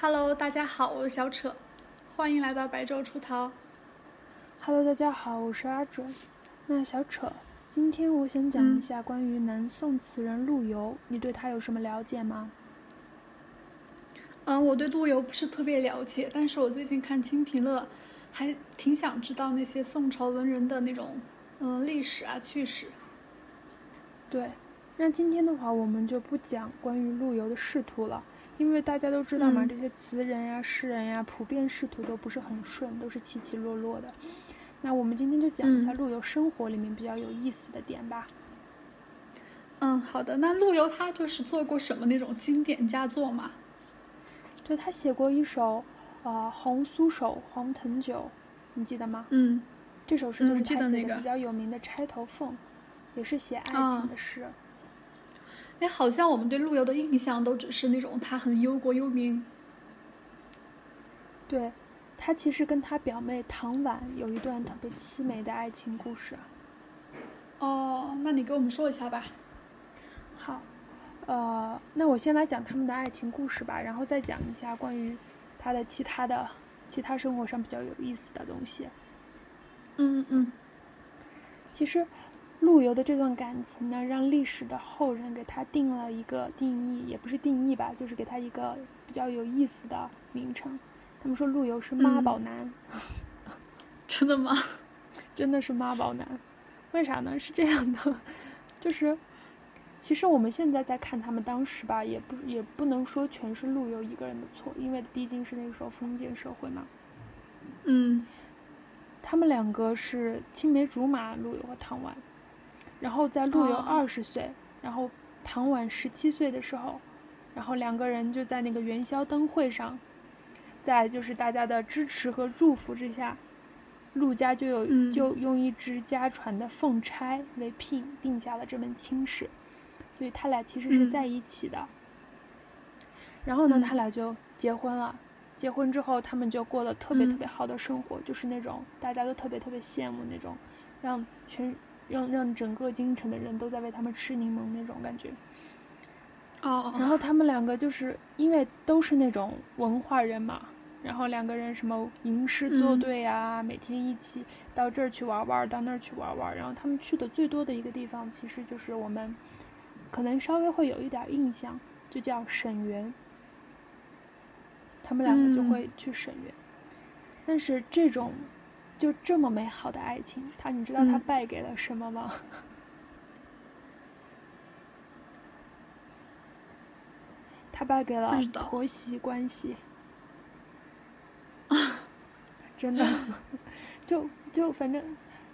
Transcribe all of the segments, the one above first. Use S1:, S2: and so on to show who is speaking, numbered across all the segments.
S1: Hello，大家好，我是小扯，欢迎来到白昼出逃。
S2: Hello，大家好，我是阿准。那小扯，今天我想讲
S1: 嗯
S2: 一下关于南宋词人陆游，你对他有什么了解吗？
S1: 嗯，我对陆游不是特别了解，但是我最近看《清平乐》，还挺想知道那些宋朝文人的那种嗯历史啊趣事。
S2: 对，那今天的话，我们就不讲关于陆游的仕途了，因为大家都知道嘛，
S1: 嗯
S2: 这些词人呀、诗人呀，普遍仕途都不是很顺，都是起起落落的。那我们今天就讲一下
S1: 嗯
S2: 陆游生活里面比较有意思的点吧。
S1: 嗯，好的。那陆游他就是做过什么那种经典佳作吗？
S2: 对他写过一首，呃，《红酥手·黄藤酒》，你记得吗？
S1: 嗯
S2: 这首诗就
S1: 嗯
S2: 是
S1: 记
S2: 他
S1: 得
S2: 写
S1: 那
S2: 的
S1: 个
S2: 比较有名的《钗头凤》，也是写爱
S1: 啊
S2: 情的诗。
S1: 哎，好像我们对陆游的印象都只是那种他很忧国忧民。
S2: 对，他其实跟他表妹唐婉有一段特别凄美的爱情故事。
S1: 哦，那你给我们说一下吧。
S2: 好，呃，那我先来讲他们的爱情故事吧，然后再讲一下关于他的其他的其他生活上比较有意思的东西。
S1: 嗯嗯
S2: 其实，陆游的这段感情呢，让历史的后人给他定了一个定义，也不是定义吧，就是给他一个比较有意思的名称。他们说陆游是妈
S1: 嗯
S2: 宝男，
S1: 真的吗？
S2: 真的是妈宝男。为啥呢？是这样的，就是其实我们现在在看他们当时吧，也不也不能说全是陆游一个人的错，因为毕竟是那个时候封建社会嘛。
S1: 嗯
S2: 他们两个是青梅竹马，陆游和唐婉。然后在陆游
S1: 哦
S2: 二十岁，然后唐婉十七岁的时候，然后两个人就在那个元宵灯会上，在就是大家的支持和祝福之下，陆家就有、
S1: 嗯
S2: 就用一只家传的凤钗为聘定下了这门亲事，所以他俩其实是
S1: 嗯
S2: 在一起的。然后呢，
S1: 嗯
S2: 他俩就结婚了。结婚之后，他们就过了特别
S1: 嗯
S2: 特别好的生活，就是那种大家都特别特别羡慕那种，让全让让整个京城的人都在为他们吃柠檬那种感觉。
S1: 哦
S2: 然后他们两个就是因为都是那种文化人嘛，然后两个人什么吟诗作
S1: 嗯
S2: 对啊，每天一起到这儿去玩玩，到那儿去玩玩。然后他们去的最多的一个地方，其实就是我们可能稍微会有一点印象，就叫沈园。他们两个就
S1: 嗯
S2: 会去沈园，但是这种就这么美好的爱情，他你知道他
S1: 嗯
S2: 败给了什么吗？他败给了
S1: 不知道
S2: 婆媳 关系，真的，就就反正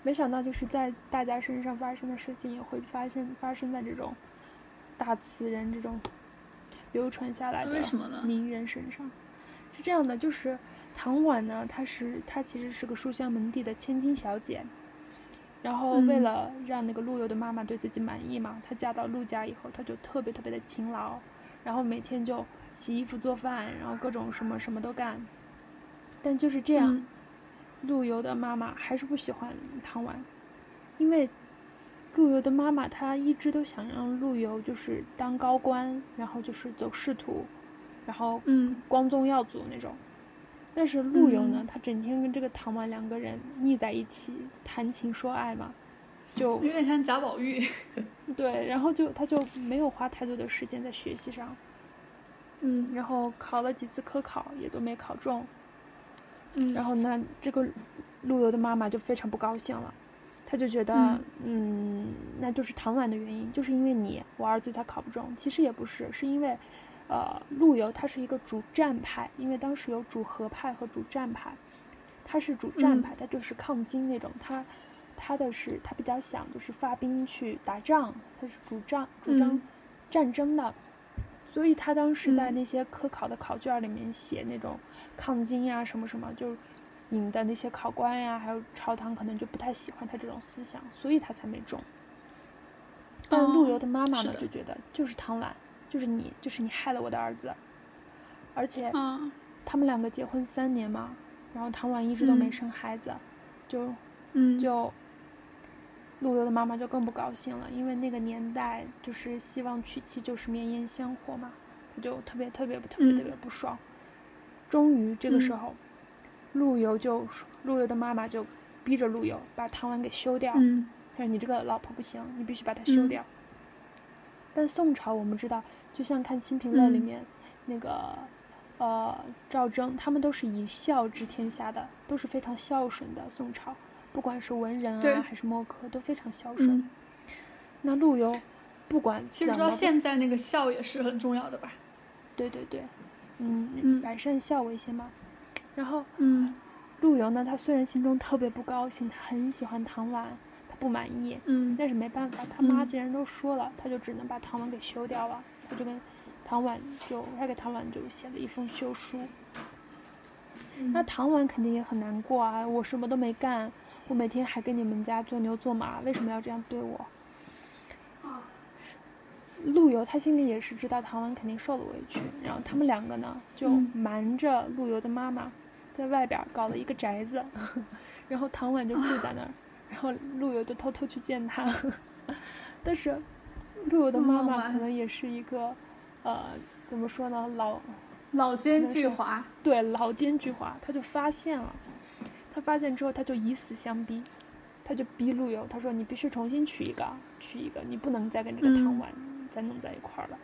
S2: 没想到，就是在大家身上发生的事情也会发生发生在这种大词人这种流传下来
S1: 那
S2: 的
S1: 为什么呢？
S2: 名人身上。是这样的，就是唐婉呢，她是她其实是个书香门第的千金小姐，然后为
S1: 嗯
S2: 了让那个陆游的妈妈对自己满意嘛，她嫁到陆家以后，她就特别特别的勤劳，然后每天就洗衣服、做饭，然后各种什么什么都干。但就是这样，
S1: 嗯
S2: 陆游的妈妈还是不喜欢唐婉，因为陆游的妈妈她一直都想让陆游就是当高官，然后就是走仕途，然后
S1: 嗯
S2: 光宗耀祖那种。但是陆游呢，
S1: 嗯
S2: 他整天跟这个唐婉两个人腻在一起谈情说爱嘛，就
S1: 嗯有点像贾宝玉。
S2: 对，然后就他就没有花太多的时间在学习上，
S1: 嗯
S2: 然后考了几次科考也都没考中，
S1: 嗯，
S2: 然
S1: 后
S2: 后呢，这个陆游的妈妈就非常不高兴了，她就觉得，嗯那就是唐婉的原因，就是因为你我儿子才考不中。其实也不是，是因为，呃，陆游他是一个主战派，因为当时有主和派和主战派，他是主战
S1: 嗯
S2: 派，他就是抗金那种，他他的是他比较想就是发兵去打仗，他是主张主张
S1: 嗯
S2: 战争的。所以他当时在
S1: 嗯
S2: 那些科考的考卷里面写那种抗金呀、什么什么，就引的那些考官呀、还有朝堂可能就不太喜欢他这种思想，所以他才没中。但陆游的妈妈
S1: 哦是
S2: 呢
S1: 的
S2: 就觉得就是唐婉，就是你，就是你害了我的儿子，而且
S1: 啊
S2: 他们两个结婚三年嘛，然后唐婉一直都没
S1: 嗯
S2: 生孩子，就
S1: 嗯
S2: 就陆游的妈妈就更不高兴了，因为那个年代就是希望娶妻就是绵延香火嘛，她就特别特别特别特别
S1: 嗯
S2: 不爽。终于这个时
S1: 嗯
S2: 候，陆游就说陆游的妈妈就逼着陆游把唐婉给休掉。
S1: 嗯
S2: 他说你这个老婆不行，你必须把她休
S1: 嗯
S2: 掉。但宋朝我们知道，就像看《清平乐》里
S1: 嗯
S2: 面、那个呃赵祯，他们都是以孝治天下的，都是非常孝顺的。宋朝不管是文人
S1: 对
S2: 啊还是墨客，都非常孝顺。
S1: 嗯，
S2: 那陆游不管
S1: 其
S2: 怎
S1: 实
S2: 么
S1: 直到现在那个孝也是很重要的吧？
S2: 对对对，嗯，
S1: 嗯
S2: 百善孝为先嘛。然后
S1: 嗯
S2: 陆游呢，他虽然心中特别不高兴，他很喜欢唐婉，他不满意，
S1: 嗯
S2: 但是没办法，他妈
S1: 嗯
S2: 既然都说了，他就只能把唐婉给休掉了。他就跟唐婉就他给唐婉就写了一封休书。那
S1: 嗯
S2: 唐婉肯定也很难过啊，我什么都没干，我每天还跟你们家做牛做马，为什么要这样对我？
S1: 啊
S2: 陆游他心里也是知道唐婉肯定受了委屈，然后他们两个呢就
S1: 嗯
S2: 瞒着陆游的妈妈，在外边儿搞了一个 宅子，然后唐婉就住在那儿，然后陆游就偷偷去见他， 但是陆游的妈
S1: 嗯
S2: 妈
S1: 哇
S2: 可能也是一个，呃，怎么说呢，老
S1: 老奸
S2: 能
S1: 巨
S2: 是
S1: 猾，
S2: 对老奸巨猾，他就发现了，他发现之后他就以死相逼，他就逼陆游，他说你必须重新娶一个，娶一个，你不能再跟这个
S1: 嗯
S2: 唐婉再弄在一块儿了。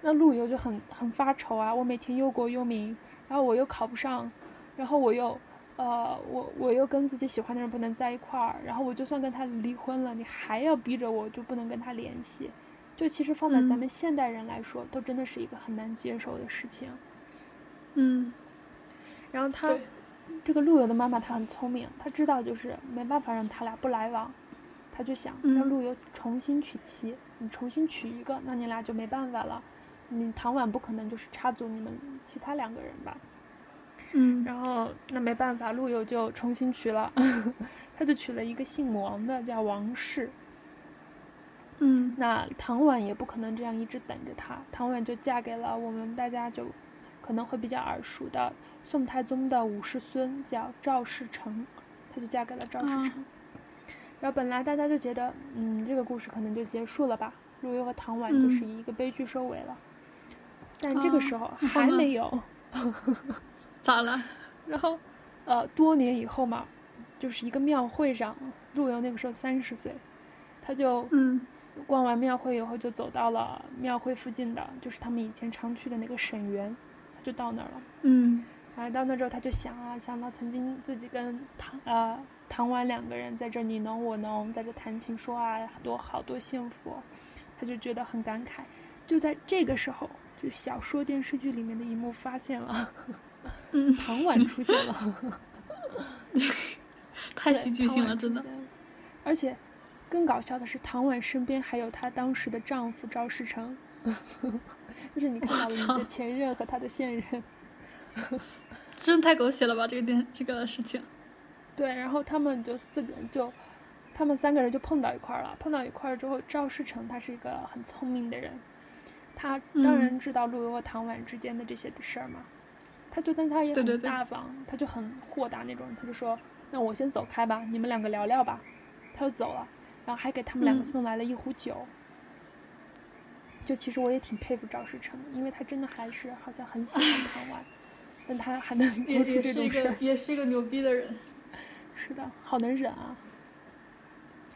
S2: 那陆游就很很发愁啊，我每天忧国忧民，然后我又考不上，然后我又。呃，我我又跟自己喜欢的人不能在一块儿，然后我就算跟他离婚了，你还要逼着我就不能跟他联系，就其实放在咱
S1: 嗯
S2: 们现代人来说，都真的是一个很难接受的事情。
S1: 嗯
S2: 然后他
S1: 对
S2: 这个陆游的妈妈，她很聪明，她知道就是没办法让他俩不来往，她就想
S1: 嗯
S2: 让陆游重新娶妻，你重新娶一个，那你俩就没办法了。你唐婉不可能就是插足你们其他两个人吧？
S1: 嗯
S2: 然后那没办法，陆游就重新娶了， 他就娶了一个姓王的，叫王氏。
S1: 嗯
S2: 那唐婉也不可能这样一直等着他，唐婉就嫁给了我们大家就可能会比较耳熟的宋太宗的五世孙，叫赵世成，她就嫁给了
S1: 啊
S2: 赵世
S1: 嗯
S2: 成。然后本来大家就觉得，嗯，这个故事可能就结束了吧，陆游和唐婉就是
S1: 嗯
S2: 以一个悲剧收尾了。但这个时候
S1: 然后
S2: 还
S1: 呢
S2: 没有，
S1: 咋了？
S2: 然后，呃，多年以后嘛，就是一个庙会上，陆游那个时候三十岁，他就
S1: 嗯
S2: 逛完庙会以后，就走到了庙会附近的，就是他们以前常去的那个沈园，他就到那儿了。
S1: 嗯
S2: 然后到那之后，他就想啊，想到曾经自己跟唐呃唐婉两个人在这儿你侬我侬，在这谈情说爱、多好多幸福，他就觉得很感慨。就在这个时候，就小说电视剧里面的一幕发现了，
S1: 嗯，
S2: 唐婉出现了。
S1: 太
S2: 对
S1: 戏剧
S2: 唐
S1: 性
S2: 婉
S1: 了，真
S2: 出
S1: 的。
S2: 现而且更搞笑的是，唐婉身边还有她当时的丈夫赵 世成， 就是你看到了
S1: 操
S2: 你的前任和他的现任。
S1: 真的太狗血了吧？这个电这个事情，
S2: 对，然后他们就四个人就，他们三个人就碰到一块儿了。碰到一块儿之后，赵世成他是一个很聪明的人，他当
S1: 嗯
S2: 然知道陆游和唐婉之间的这些事儿嘛，他就跟他也
S1: 对对
S2: 很
S1: 对
S2: 大方，他就很豁达那种，他就说：“那我先走开吧，你们两个聊聊吧。”他就走了，然后还给他们两个
S1: 嗯
S2: 送来了一壶酒。就其实我也挺佩服赵世成的，因为他真的还是好像很喜欢唐 婉，但他还能做
S1: 也
S2: 出
S1: 也
S2: 这
S1: 是一
S2: 种事
S1: 个
S2: 儿，
S1: 也是一个牛逼的人，
S2: 是的，好能忍啊。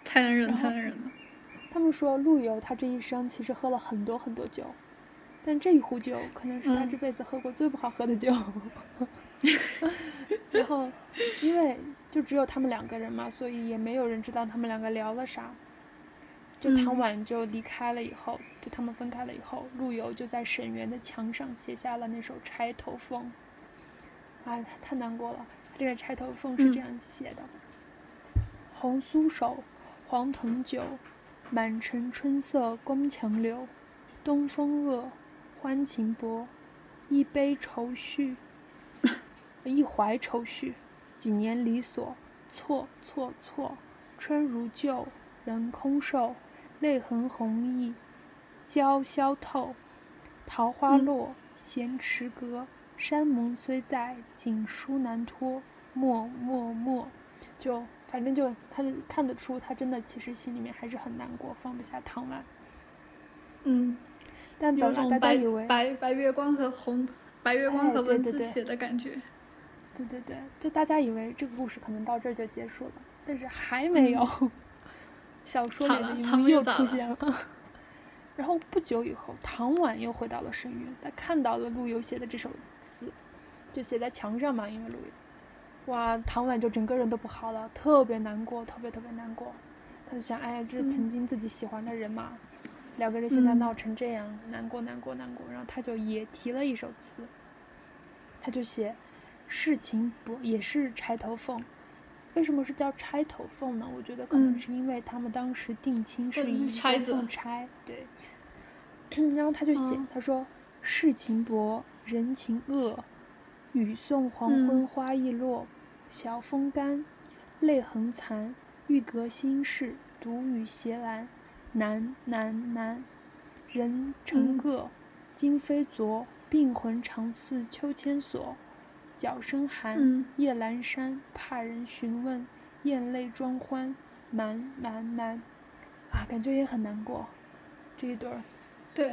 S1: 太能忍，
S2: 然后
S1: 太能忍了。
S2: 他们说陆游他这一生其实喝了很多很多酒，但这一壶酒可能是他
S1: 嗯
S2: 这辈子喝过最不好喝的酒。 然后，因为就只有他们两个人嘛，所以也没有人知道他们两个聊了啥。就唐
S1: 嗯
S2: 婉就离开了以后，就他们分开了以后，陆游就在沈园的墙上写下了那首《钗头凤》。啊，太难过了。这个《钗头凤》是这
S1: 嗯
S2: 样写的：红酥手，黄藤酒，满城春色宫墙柳。东风恶，欢情薄，一杯愁绪，一怀愁绪。几年离索，错错错，春如旧，人空瘦，泪痕红浥，萧萧透。桃花
S1: 嗯
S2: 落，闲池阁，山盟虽在，锦书难托。莫莫莫，就反正就他就看得出，他真的其实心里面还是很难过，放不下唐婉。
S1: 嗯，
S2: 但
S1: 有
S2: 本来
S1: 种
S2: 大家
S1: 白
S2: 以为
S1: 白白月光和红白月光
S2: 哎
S1: 和
S2: 对
S1: 文
S2: 对
S1: 字
S2: 对
S1: 写的感觉。
S2: 对对对，就大家以为这个故事可能到这儿就结束了，但是还没有。 小说里
S1: 嗯惨
S2: 的
S1: 了
S2: 一
S1: 苍
S2: 幕
S1: 蝇
S2: 又
S1: 咋
S2: 出
S1: 了
S2: 现了。 然后不久以后，唐婉又回到了深渊，她看到了陆游写的这首词，就写在墙上嘛，因为陆游。哇，唐婉就整个人都不好了，特别难过，特别特别难过。她就想，哎呀，这
S1: 嗯
S2: 曾经自己喜欢的人嘛，两个人现在
S1: 嗯
S2: 闹成这样，难过难过难过。然后他就也提了一首词，他就写“世情不也是钗头凤”。为什么是叫钗头凤呢？我觉得可能
S1: 嗯
S2: 是因为他们当时定亲是
S1: 对
S2: 以
S1: 那钗子
S2: 凤钗，对。 然后他就写，
S1: 嗯
S2: 他说：“世情薄，人情恶，雨送黄昏
S1: 嗯
S2: 花易落，晓风干，泪痕残，欲隔心事，独语斜阑，难难难。人成
S1: 嗯
S2: 各，今非昨，病魂常似秋千索，角声寒，
S1: 嗯
S2: 夜阑珊，怕人询问，咽泪装欢，瞒瞒瞒。啊，感觉也很难过，这一对儿，
S1: 对，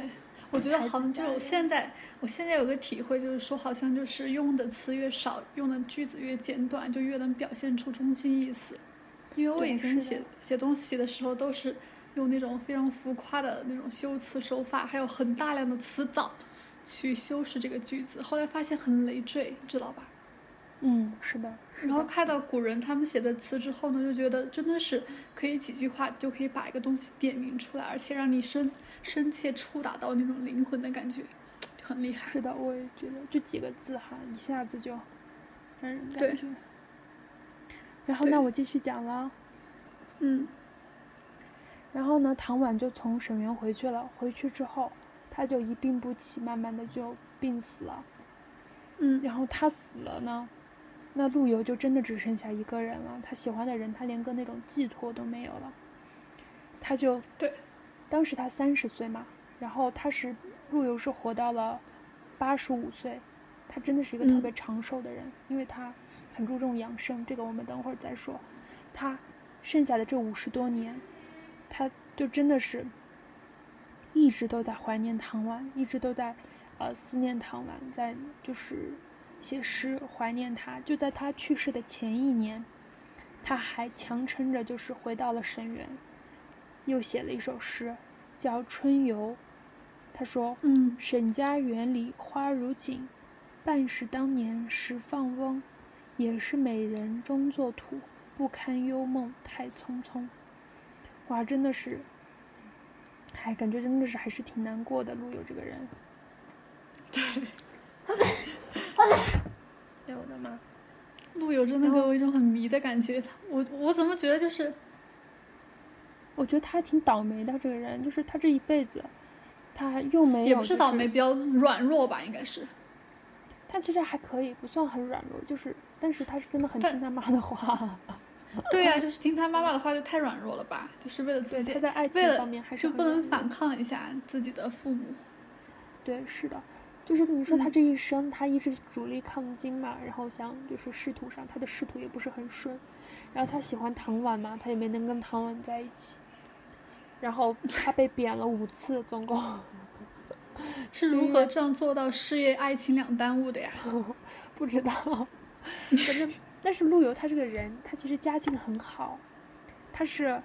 S1: 我觉得
S2: 才
S1: 好
S2: 子
S1: 像
S2: 佳
S1: 就
S2: 人
S1: 我现在，我现在有个体会，就是说，好像就是用的词越少，用的句子越简短，就越能表现出中心意思。因为我
S2: 对
S1: 以
S2: 是
S1: 前
S2: 的
S1: 写写东西的时候，都是用那种非常浮夸的那种修辞手法，还有很大量的词藻去修饰这个句子。后来发现很累赘，知道吧？
S2: 嗯，是的，是
S1: 然后
S2: 的，
S1: 看到古人他们写的词之后呢，就觉得真的是可以几句话就可以把一个东西点明出来，而且让你深深切触达到那种灵魂的感觉，就很厉害。
S2: 是的，我也觉得，就几个字哈，一下子就让人感
S1: 对
S2: 觉。然后，那
S1: 对
S2: 我继续讲了。
S1: 嗯
S2: 然后呢，唐婉就从沈园回去了。回去之后，她就一病不起，慢慢的就病死了。
S1: 嗯，
S2: 然后她死了呢，那陆游就真的只剩下一个人了。他喜欢的人，他连个那种寄托都没有了。他就
S1: 对，
S2: 当时他三十岁嘛，然后他是陆游是活到了八十五岁，他真的是一个特
S1: 嗯
S2: 别长寿的人，因为他很注重养生，这个我们等会儿再说。他剩下的这五十多年，他就真的是一直都在怀念唐婉，一直都在呃思念唐婉，在就是写诗怀念他。就在他去世的前一年，他还强撑着就是回到了沈园，又写了一首诗，叫《春游》。他说：“
S1: 嗯
S2: 沈家园里花如锦，半是当年时放翁。也是美人终作土，不堪幽梦太匆匆。”哇，真的是，哎，感觉真的是还是挺难过的。陆游这个人，对，哎我的妈！
S1: 陆游真的
S2: 然
S1: 给
S2: 后
S1: 我一种很迷的感觉。他我我怎么觉得就是
S2: 我觉得他挺倒霉的，这个人就是他这一辈子，他又没有、
S1: 也不是倒霉，，比较软弱吧，应该 是。
S2: 他其实还可以，不算很软弱，就是，但是他是真的很
S1: 但
S2: 听他妈的话。
S1: 对呀、就是听他妈妈的话就太软弱了吧，就是为了自
S2: 对，
S1: 己
S2: 他，在爱情
S1: 为了
S2: 方面还是
S1: 就
S2: 很
S1: 不能
S2: 软弱
S1: 反抗一下自己的父母。
S2: 对，是的，就是你说他
S1: 嗯
S2: 这一生，他一直主力抗金嘛，然后想就是仕途上，他的仕途也不是很顺，然后他喜欢唐婉嘛，他也没能跟唐婉在一起，然后他被贬了五次，总共
S1: 是
S2: 对
S1: 如
S2: 呀
S1: 何这样做到事业爱情两耽误的呀？
S2: 不知道，反正但是陆游他这个人，他其实家境很好，他是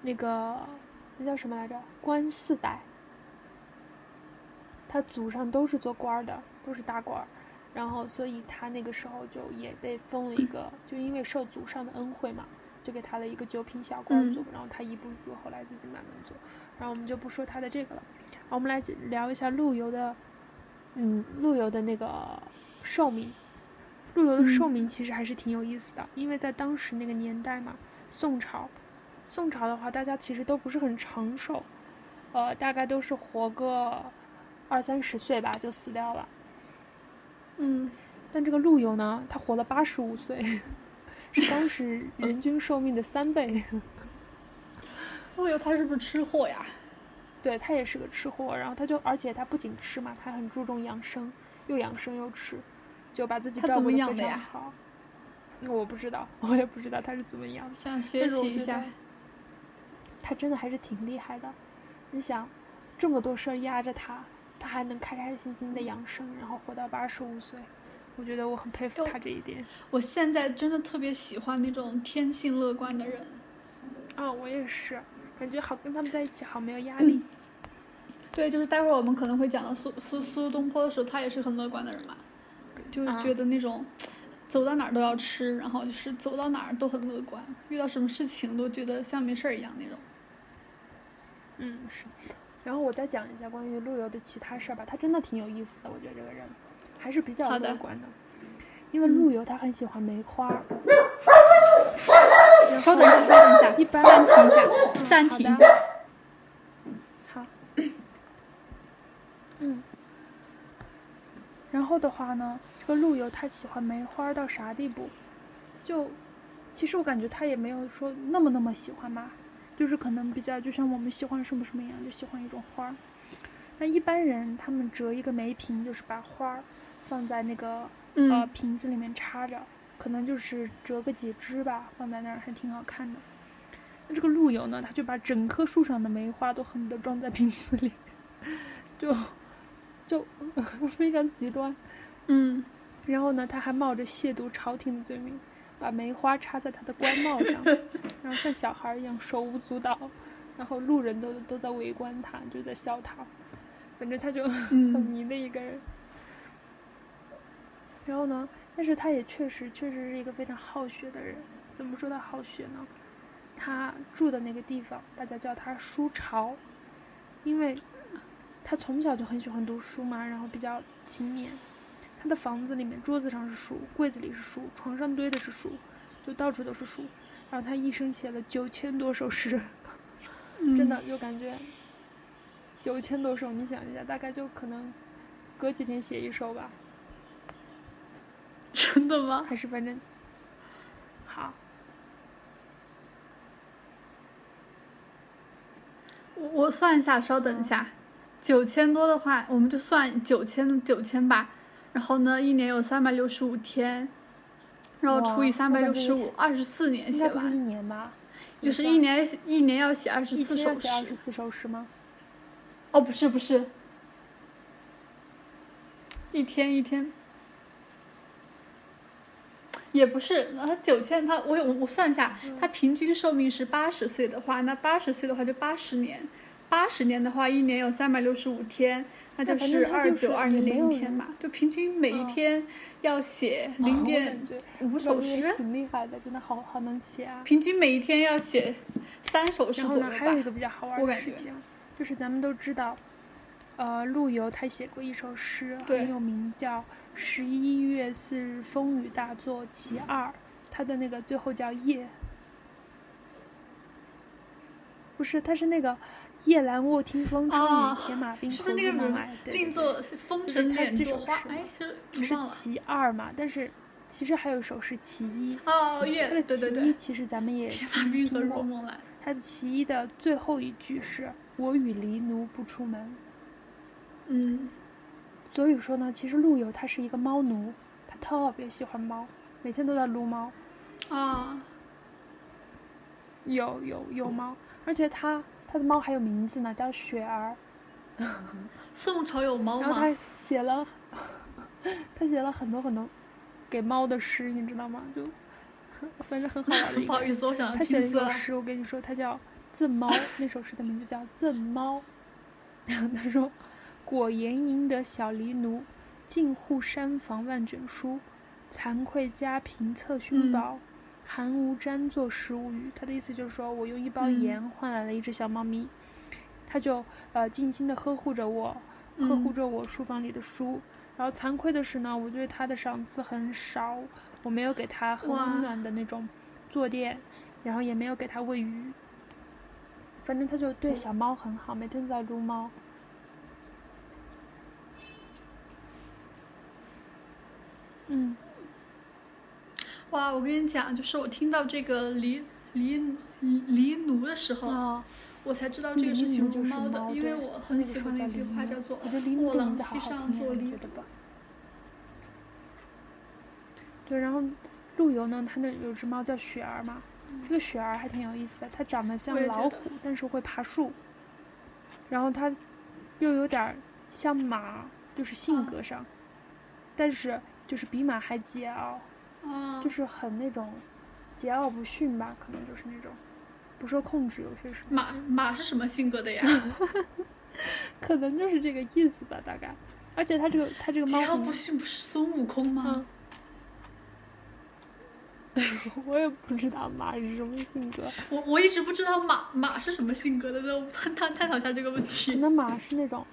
S2: 那个那叫什么来着，官四代，他祖上都是做官儿的，都是大官儿，然后所以他那个时候就也被封了一个，就因为受祖上的恩惠嘛，就给他了一个九品小官儿做，然后他一步一步后来自己慢慢做，然后我们就不说他的这个了，然后我们来聊一下陆游的，嗯，陆游的那个寿命。陆游的寿
S1: 嗯
S2: 命其实还是挺有意思的，因为在当时那个年代嘛，宋朝，宋朝的话，大家其实都不是很长寿，呃，大概都是活个二三十岁吧就死掉了。
S1: 嗯，
S2: 但这个陆游呢，他活了八十五岁， 是当时人均寿命的三倍。
S1: 陆游他是不是吃货呀？
S2: 对他也是个吃货，然后他就而且他不仅吃嘛，他很注重养生，又养生又吃，就把自己
S1: 他
S2: 照
S1: 怎
S2: 顾
S1: 么
S2: 得
S1: 养
S2: 非
S1: 的
S2: 常
S1: 呀
S2: 好。嗯我不知道，我也不知道他是怎么养的。
S1: 想学
S2: 但是我
S1: 习一
S2: 觉
S1: 下
S2: 得。他真的还是挺厉害的。你想，这么多事儿压着他，他还能开开心心的
S1: 嗯
S2: 养生，然后活到八十五岁，我觉得我很佩服
S1: 就
S2: 他这一点。
S1: 我现在真的特别喜欢那种天性乐观的人，
S2: 啊、我也是，感觉好跟他们在一起好没有 压力。
S1: 对，就是待会儿我们可能会讲到苏苏苏东坡的时候，他也是很乐观的人嘛，就是觉得那种、走到哪儿都要吃，然后就是走到哪儿都很乐观，遇到什么事情都觉得像没事儿一样那种。
S2: 嗯，是。然后我再讲一下关于陆游的其他事儿吧，他真的挺有意思的，我觉得这个人还是比较
S1: 好的嗯
S2: 乐观的。因为陆游他很喜欢梅花儿，
S1: 稍等一下，稍等一下，
S2: 一般
S1: 暂停一下，暂停一下。
S2: 好。嗯。然后的话呢，这个陆游他喜欢梅花儿到啥地步？就，其实我感觉他也没有说那么那么喜欢吧，就是可能比较就像我们喜欢什么什么一样，就喜欢一种花儿。那一般人他们折一个梅瓶，就是把花儿放在那个呃
S1: 嗯，
S2: 瓶子里面插着，可能就是折个几枝吧，放在那儿还挺好看的。那这个陆游呢，他就把整棵树上的梅花都恨不得装在瓶子里， 就就 非常极端。
S1: 嗯，
S2: 然后呢，他还冒着亵渎朝廷的罪名，把梅花插在他的官帽上，然后像小孩儿一样手舞足蹈，然后路人都都在围观他，就在笑他。反正他就 很
S1: 嗯，
S2: 迷的一个人。然后呢，但是他也确实确实是一个非常好学的人。怎么说他好学呢？他住的那个地方，大家叫他书潮，因为他从小就很喜欢读书嘛，然后比较勤勉。他的房子里面桌子上是书，柜子里是书，床上堆的是书，就到处都是书。然后他一生写了九千多首诗。
S1: 嗯
S2: 真的，就感觉九千多首，你想一下，大概就可能隔几天写一首吧，
S1: 真的吗？
S2: 还是反正好，
S1: 我我算一下，稍等一下，九千多的话，我们就算九千九千吧。然后呢，一年有三百六十五天，然后
S2: 哇
S1: 除以三百
S2: 那
S1: 六
S2: 感觉
S1: 十
S2: 有
S1: 五
S2: 点，
S1: 二十四年
S2: 应
S1: 写
S2: 该不是一
S1: 完，
S2: 年吧？
S1: 就是
S2: 算
S1: 一年一年要写二十
S2: 一
S1: 四
S2: 天要
S1: 首
S2: 写二十
S1: 诗。
S2: 四首诗吗？
S1: 哦，不是不是，一天一天，也不是。呃，九千他我有我算一下，
S2: 嗯
S1: 他平均寿命是八十岁的话，那八十岁的话就八十年，八十年的话一年有三百六十五天，那
S2: 那
S1: 就
S2: 反
S1: 是
S2: 正他
S1: 二
S2: 就
S1: 九
S2: 是
S1: 二
S2: 也
S1: 零
S2: 没有
S1: 零天
S2: 人
S1: 吧，就平均每一
S2: 嗯哦
S1: 天要写零
S2: 我
S1: 点
S2: 感觉
S1: 五
S2: 这
S1: 首
S2: 个人
S1: 诗，
S2: 挺厉害的，真的好好能写啊。
S1: 平均每一天要写三首诗
S2: 然后
S1: 左右
S2: 呢，还有一
S1: 吧。
S2: 个比较好玩
S1: 我
S2: 的
S1: 感
S2: 事
S1: 觉
S2: 情，就是咱们都知道，呃，陆游他写过一首诗
S1: 对
S2: 很有名，叫《十一月四日风雨大作其二》，他的那个最后叫夜，不是，他是那个夜阑卧听风声
S1: 啊
S2: 雨，铁马冰
S1: 是
S2: 河
S1: 不是那
S2: 入
S1: 个
S2: 梦
S1: 人
S2: 来对
S1: 另
S2: 对
S1: 作风
S2: 就是
S1: 尘
S2: 他
S1: 脸
S2: 这
S1: 作
S2: 首
S1: 花
S2: 诗，
S1: 哎
S2: 嘛，
S1: 是
S2: 对
S1: 忘
S2: 是
S1: 了
S2: 其二嘛？但是其实还有一首是其一，
S1: 哦，月
S2: 这个
S1: 对对
S2: 其一
S1: 对，
S2: 其实咱们也
S1: 铁马冰河
S2: 听
S1: 入
S2: 过
S1: 梦来，
S2: 他的其一的最后一句是“我与黎奴不出门
S1: 嗯”，
S2: 所以说呢，其实陆游他是一个猫奴，他特别喜欢猫，每天都在撸猫，
S1: 啊，
S2: 有有有猫，而且他他的猫还有名字呢，叫雪儿。
S1: 宋朝有猫
S2: 然后
S1: 吗？
S2: 他写了， 他写了很多很多给猫的诗，你知道吗？就很反正很好玩的 一
S1: 不好
S2: 个
S1: 意
S2: 人。
S1: 思，我想啊
S2: 他
S1: 要
S2: 写
S1: 青丝
S2: 了一首
S1: 了。
S2: 诗，我跟你说，他叫《赠猫》，那首诗的名字叫《赠猫》。 他说：“果言赢得小黎奴，近户山房万卷书，惭愧家贫策
S1: 嗯
S2: 勋薄。寒无毡作食无鱼，他的意思就是说我用一包
S1: 嗯
S2: 盐换来了一只小猫咪，它就呃尽心的呵护着我，呵护
S1: 嗯
S2: 着我书房里的书。然后惭愧的是呢，我对它的赏赐很少，我没有给它很
S1: 哇
S2: 温暖的那种坐垫，然后也没有给它喂鱼。反正它就
S1: 嗯
S2: 对小猫很好，每天在撸猫。嗯，
S1: 哇，我跟你讲，就是我听到这个黎黎黎黎奴的时候，
S2: 哦，
S1: 我才知道这个是形容猫的，因为我很喜欢的
S2: 那
S1: 一
S2: 个时
S1: 句
S2: 候叫
S1: 话
S2: 黎奴
S1: 叫做
S2: 我觉得黎奴
S1: 卧
S2: 这
S1: 廊
S2: 名字好
S1: 西
S2: 好
S1: 上
S2: 听
S1: 坐
S2: 啊，
S1: 黎
S2: 你觉得吧？对，然后陆游呢，他那有只猫叫雪儿嘛，这个雪儿还挺有意思的，它长得像
S1: 嗯我也觉
S2: 老
S1: 得
S2: 虎，但是会爬树，然后它又有点儿像马，就是
S1: 嗯
S2: 性格上，但是就是比马还桀骜，
S1: 嗯
S2: 就是很那种桀骜不驯吧，可能就是那种不受控制，有些时候
S1: 马马是什么性格的呀？
S2: 可能就是这个意思吧，大概。而且它这个它这个猫 嗯
S1: 桀骜
S2: 可
S1: 啊不
S2: 能
S1: 驯不是孙悟空吗？
S2: 我也不知道马是什么性格，
S1: 我我一直不知道马马是什么性格的，那我探探探讨一下这个问
S2: 可
S1: 题。
S2: 能马是那种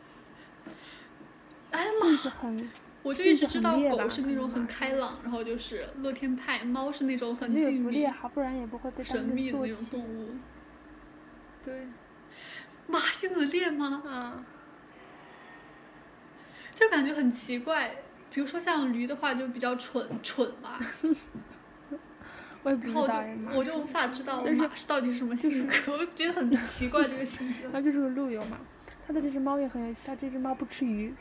S1: 哎
S2: 性子很，
S1: 我就一直
S2: 性
S1: 知
S2: 子
S1: 道
S2: 很烈吧
S1: 狗是那种
S2: 可能
S1: 很
S2: 吧
S1: 开朗，然后就是乐天派；猫是那种
S2: 我
S1: 很
S2: 觉得也
S1: 静
S2: 不厉
S1: 谧、
S2: 害，不然也不会被当
S1: 神秘
S2: 成
S1: 的
S2: 坐
S1: 那种
S2: 骑
S1: 动。物。
S2: 对，
S1: 马性子烈吗？
S2: 啊，
S1: 就感觉很奇怪。比如说像驴的话，就比较蠢蠢吧，
S2: 我也
S1: 然
S2: 不知
S1: 后我
S2: 道哎
S1: 就
S2: 人马
S1: 我就无法知道
S2: 但是
S1: 马是到底是什么性格，我觉得很奇怪这个性
S2: 然
S1: 格。
S2: 后就是个路由嘛，它的这只猫也很有意思，它这只猫不吃鱼，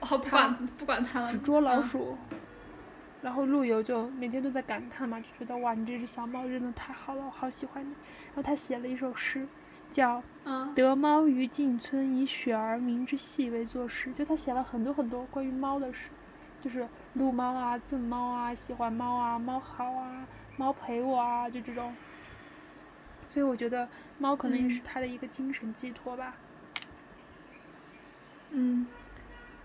S1: 哦，不管不管它了
S2: 只，捉老
S1: 嗯
S2: 鼠。然后陆游就每天都在感叹嘛，就觉得哇，你这只小猫真的太好了，我好喜欢你。然后他写了一首诗，叫
S1: 嗯
S2: “得猫于径村，以雪而名之戏为作诗”，就他写了很多很多关于猫的诗，就是撸猫啊、赠猫啊、喜欢猫啊、猫好啊、猫陪我啊，就这种。所以我觉得猫可能也
S1: 嗯
S2: 是他的一个精神寄托吧。
S1: 嗯，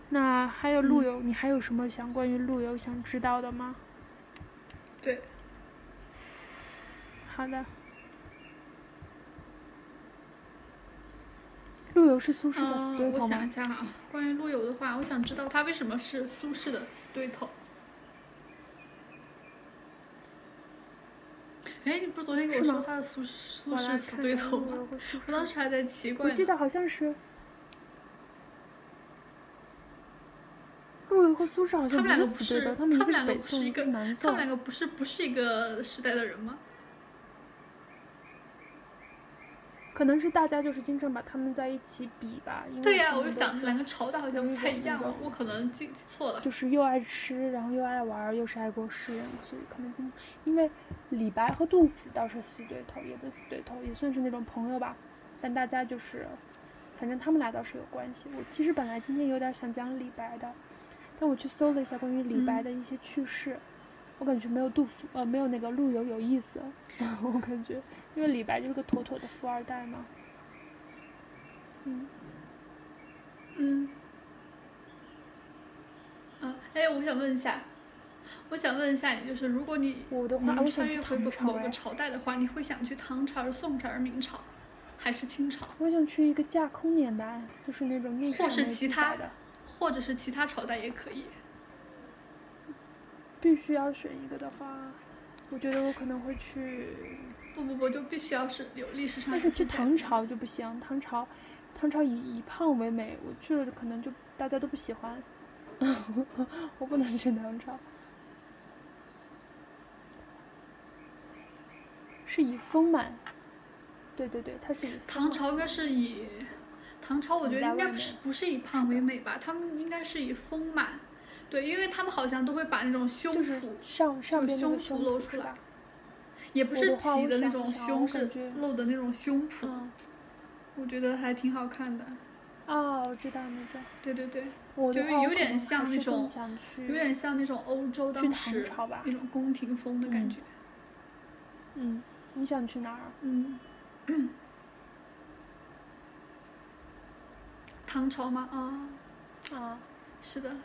S2: 那还有陆
S1: 嗯
S2: 游，你还有什么想关于陆游想知道的吗？
S1: 对，
S2: 好的。陆游是苏轼的死对
S1: 嗯，我
S2: 头
S1: 想
S2: 吗
S1: 一？下哈，关于陆游的话，我想知道他为什么是苏轼的死对头。哎，你不是昨天跟我
S2: 是吗
S1: 说他的苏轼苏
S2: 我来
S1: 轼死
S2: 看
S1: 对
S2: 看
S1: 头
S2: 陆游
S1: 吗？
S2: 和苏
S1: 我当
S2: 轼
S1: 时还在奇怪
S2: 我
S1: 呢
S2: 记。得好像是陆游和苏轼好
S1: 他
S2: 像
S1: 们两
S2: 是
S1: 个不
S2: 死对
S1: 是
S2: 头，
S1: 他
S2: 他们一
S1: 们
S2: 个
S1: 两
S2: 是
S1: 个
S2: 北
S1: 不是
S2: 宋，
S1: 一
S2: 一
S1: 个
S2: 个是南
S1: 他
S2: 宋
S1: 们。两个不是不是一个时代的人吗？
S2: 可能是大家就是经常把他们在一起比吧，因为
S1: 对呀、
S2: 他
S1: 我
S2: 们
S1: 就
S2: 都
S1: 想
S2: 是
S1: 两个朝代好像不太一样
S2: 那
S1: 哦
S2: 种，
S1: 我可能记记错了。
S2: 就是又爱吃，然后又爱玩儿，又是爱国诗人，所以可能经因为李白和杜甫倒是死对头，也不是死对头，也算是那种朋友吧。但大家就是，反正他们俩倒是有关系。我其实本来今天有点想讲李白的，但我去搜了一下关于李白
S1: 嗯
S2: 的一些趣事，我感觉没有杜甫呃没有那个陆游有意思。 我感觉，因为李白就是个妥妥的富二代嘛。嗯，
S1: 嗯，嗯，哎，我想问一下，我想问一下你，就是如果你
S2: 我的话，
S1: 能
S2: 我
S1: 穿
S2: 想去
S1: 越回
S2: 唐
S1: 某
S2: 朝
S1: 某
S2: 哎
S1: 个。朝代的话，你会想去唐朝、宋朝、明朝，还是清朝，
S2: 我想去一个架空年代，就是那种历史
S1: 或
S2: 上
S1: 是
S2: 没
S1: 其
S2: 记
S1: 他
S2: 载的，
S1: 或者是其他朝代也可以？
S2: 必须要选一个的话，我觉得我可能会去，
S1: 不不不，就必须要是有历史上
S2: 但
S1: 有
S2: 是去
S1: 记载
S2: 唐
S1: 的
S2: 朝就不行，唐朝，唐朝以以胖为美，我去了可能就大家都不喜欢， 我不能去唐朝，是以丰满，对对对，它是以丰
S1: 唐
S2: 满
S1: 朝应该是以唐朝，我觉得应该不是
S2: 紫带为
S1: 不是以胖为美吧，他们应该是以丰满，对，因为他们好像都会把那种胸脯，
S2: 就是上上
S1: 就
S2: 边那
S1: 胸
S2: 个
S1: 脯
S2: 胸
S1: 露
S2: 脯
S1: 出
S2: 是
S1: 来
S2: 吧？
S1: 也不
S2: 我
S1: 是
S2: 的话
S1: 挤
S2: 我
S1: 的那
S2: 想
S1: 种
S2: 一想
S1: 胸，
S2: 我
S1: 是
S2: 感觉
S1: 露的那种胸脯，
S2: 嗯，
S1: 我觉得还挺好看的。
S2: 啊，我知道那种。
S1: 对对对，
S2: 我的
S1: 就
S2: 话
S1: 有
S2: 我可
S1: 点
S2: 能
S1: 像
S2: 还
S1: 那
S2: 是更
S1: 种
S2: 想去，
S1: 有点像那种欧洲
S2: 去
S1: 当
S2: 唐
S1: 时
S2: 朝吧。
S1: 那种宫廷风的感
S2: 嗯
S1: 觉。
S2: 嗯，你想去哪儿啊？
S1: 嗯，唐朝吗？啊、
S2: 啊，
S1: 是的。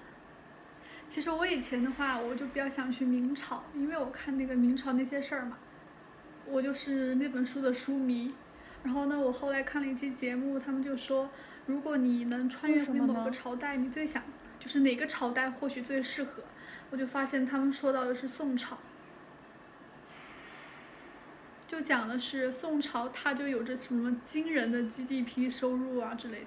S1: 其实我以前的话，我就比较想去明朝，因为我看那个明朝那些事儿嘛，我就是那本书的书迷。然后呢，我后来看了一期节目，他们就说，如果你能穿
S2: 为
S1: 越
S2: 什
S1: 回
S2: 么
S1: 某个
S2: 呢
S1: 朝代，你最想就是哪个朝代或许最适合？我就发现他们说到的是宋朝，就讲的是宋朝，它就有着什么惊人的 GDP 收入啊之类的。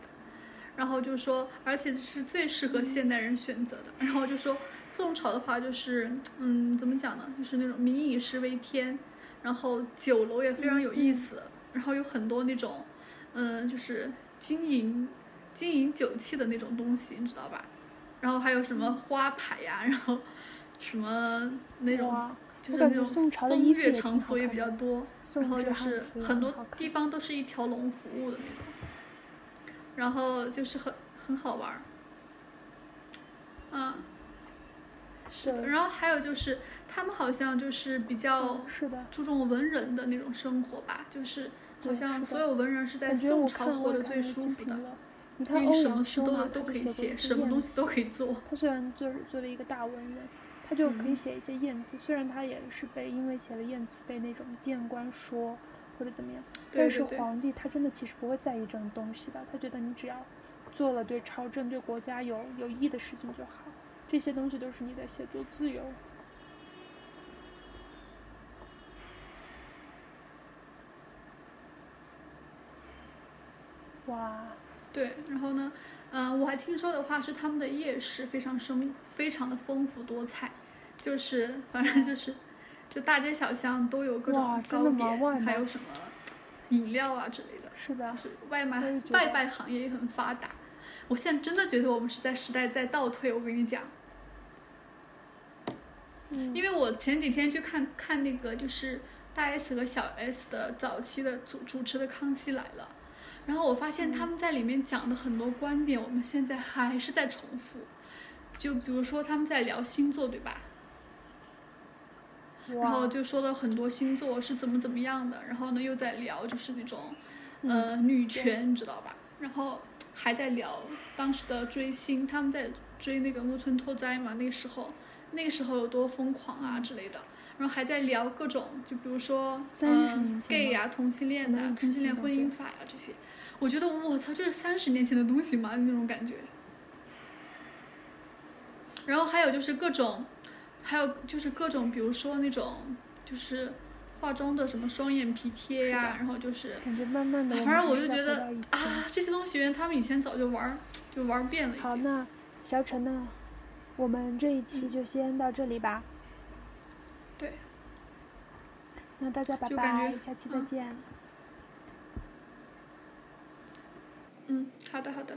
S1: 然后就说，而且是最适合现代人选择的。然后就说宋朝的话，就是嗯，怎么讲呢？就是那种民以食为天，然后酒楼也非常有意
S2: 嗯
S1: 思，然后有很多那种嗯，就是金银金银酒器的那种东西，你知道吧？然后还有什
S2: 嗯
S1: 么花牌呀、然后什么那种
S2: 哇
S1: 就
S2: 我
S1: 是那
S2: 感觉
S1: 种
S2: 宋朝的
S1: 风
S2: 衣服
S1: 月
S2: 也
S1: 场
S2: 挺好
S1: 所也
S2: 看
S1: 比较
S2: 的，
S1: 多。然后
S2: 宋制
S1: 就是
S2: 嗯汉服啊
S1: 很多
S2: 好看
S1: 地方都是一条龙服务的那种，然后就是很很好玩儿。嗯，是的。
S2: 对
S1: 然后还有就是，他们好像就是比较
S2: 嗯是的，
S1: 注重文人的那种生活吧，就是好
S2: 对
S1: 像
S2: 是的
S1: 所有文人是在
S2: 感觉
S1: 宋
S2: 我
S1: 朝
S2: 看
S1: 活
S2: 我
S1: 得
S2: 看
S1: 最
S2: 那
S1: 舒
S2: 金
S1: 服
S2: 瓶
S1: 的，
S2: 了。
S1: 因
S2: 你看
S1: 为你
S2: 欧
S1: 什
S2: 阳
S1: 么事
S2: 修
S1: 都
S2: 呢，
S1: 都
S2: 他
S1: 可
S2: 就
S1: 以
S2: 写
S1: 写，
S2: 过一些
S1: 什么
S2: 燕
S1: 东西
S2: 子
S1: 都可以做。
S2: 他虽然作作为一个大文人，他就可以
S1: 嗯
S2: 写一些燕子。虽然他也是被因为写了燕子被那种谏官说或者怎么样，
S1: 对
S2: 但
S1: 对
S2: 是
S1: 对，
S2: 皇帝他真的其实不会在意这种东西的。他觉得你只要做了对朝政、对国家有有益的事情就好，这些东西都是你的写作自由。哇，
S1: 对。然后呢，嗯、我还听说的话是他们的夜市非常生，非常的丰富多彩，就是反正就是，就大街小巷都有各
S2: 哇
S1: 种糕
S2: 真的吗外
S1: 点，还
S2: 卖
S1: 有什么饮料啊之类的。
S2: 是的
S1: 就，是外
S2: 我
S1: 卖
S2: 也觉得
S1: 外卖行业也很发达。我现在真的觉得我们是在时代在倒退，我跟你讲，
S2: 嗯，
S1: 因为我前几天去看看那个就是大 S 和小 S 的早期的主主持的《康熙来了》，然后我发
S2: 嗯
S1: 现他们在里面讲的很多观点，我们现在还是在重复。就比如说他们在聊星座，对吧？然后
S2: 哇，
S1: 就说了很多星座是怎么怎么样的，然后呢又在聊就是那种
S2: 嗯
S1: 呃女权，你知道吧？然后还在聊当时的追星，他们在追那个木村拓哉嘛，那个时候那个时候有多疯狂啊之类的。然后还在聊各种，就比如说
S2: 30
S1: 嗯、
S2: 年前
S1: gay
S2: 吗
S1: 呀、同性恋
S2: 我
S1: 呐、
S2: 们一
S1: 同
S2: 直
S1: 性恋
S2: 记得
S1: 婚
S2: 这
S1: 姻
S2: 个
S1: 法呀、这些，我觉得我操，这是三十年前的东西嘛那种感觉。然后还有就是各种，还有就是各种，比如说那种就是化妆的什么双眼皮贴
S2: 是
S1: 呀、
S2: 的
S1: 然后就是
S2: 感觉慢慢的，
S1: 反正我就觉得啊，这些东西原来他们以前早就玩儿就玩儿遍了已
S2: 好，
S1: 经。
S2: 那小陈呢，我们这一期就先到这里吧。
S1: 嗯对，
S2: 那大家拜
S1: 就感觉
S2: 拜，下期再
S1: 嗯
S2: 见。
S1: 嗯，好的好的，